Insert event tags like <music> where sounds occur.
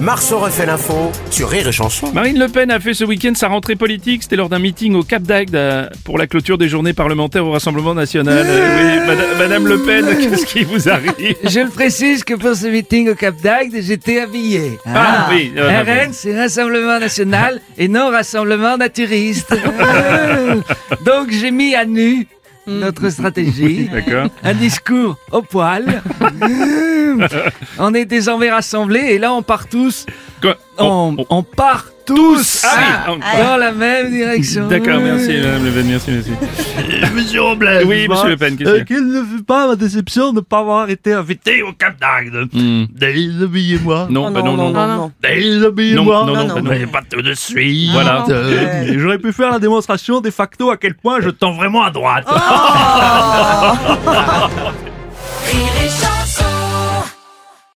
Marceau refait l'info sur Rire et Chanson. Marine Le Pen a fait ce week-end sa rentrée politique. C'était lors d'un meeting au Cap d'Agde euh, pour la clôture des journées parlementaires au Rassemblement National. Euh, oui, Madame, Madame Le Pen, <laughs> qu'est-ce qui vous arrive Je le précise que pour ce meeting au Cap d'Agde, j'étais habillé. Ah, oui, euh, RN, c'est Rassemblement National et non Rassemblement Naturiste. <laughs> Ah. Donc j'ai mis à nu notre <laughs> stratégie, D'accord. un discours <laughs> au poil. on est désormais rassemblés et là on part tous, Quoi on, on part tous Oh. Ah oui, on- dans la même direction. D'accord, merci Madame Le Pen, merci, merci. Monsieur Robles. Oui, <laughs> moi, Monsieur Le Pen, qu'est-ce qu'il y a euh, Quelle ne fut pas ma déception de ne pas avoir été invité au Cap d'Agde. Hmm. D'ailleurs, habillez-moi. Non, bah non, non, non. D'ailleurs, habillez-moi. Non, non, non, Non, non. Mais pas tout de suite. Voilà. Euh, J'aurais pu faire la démonstration de facto à quel point je tends vraiment à droite.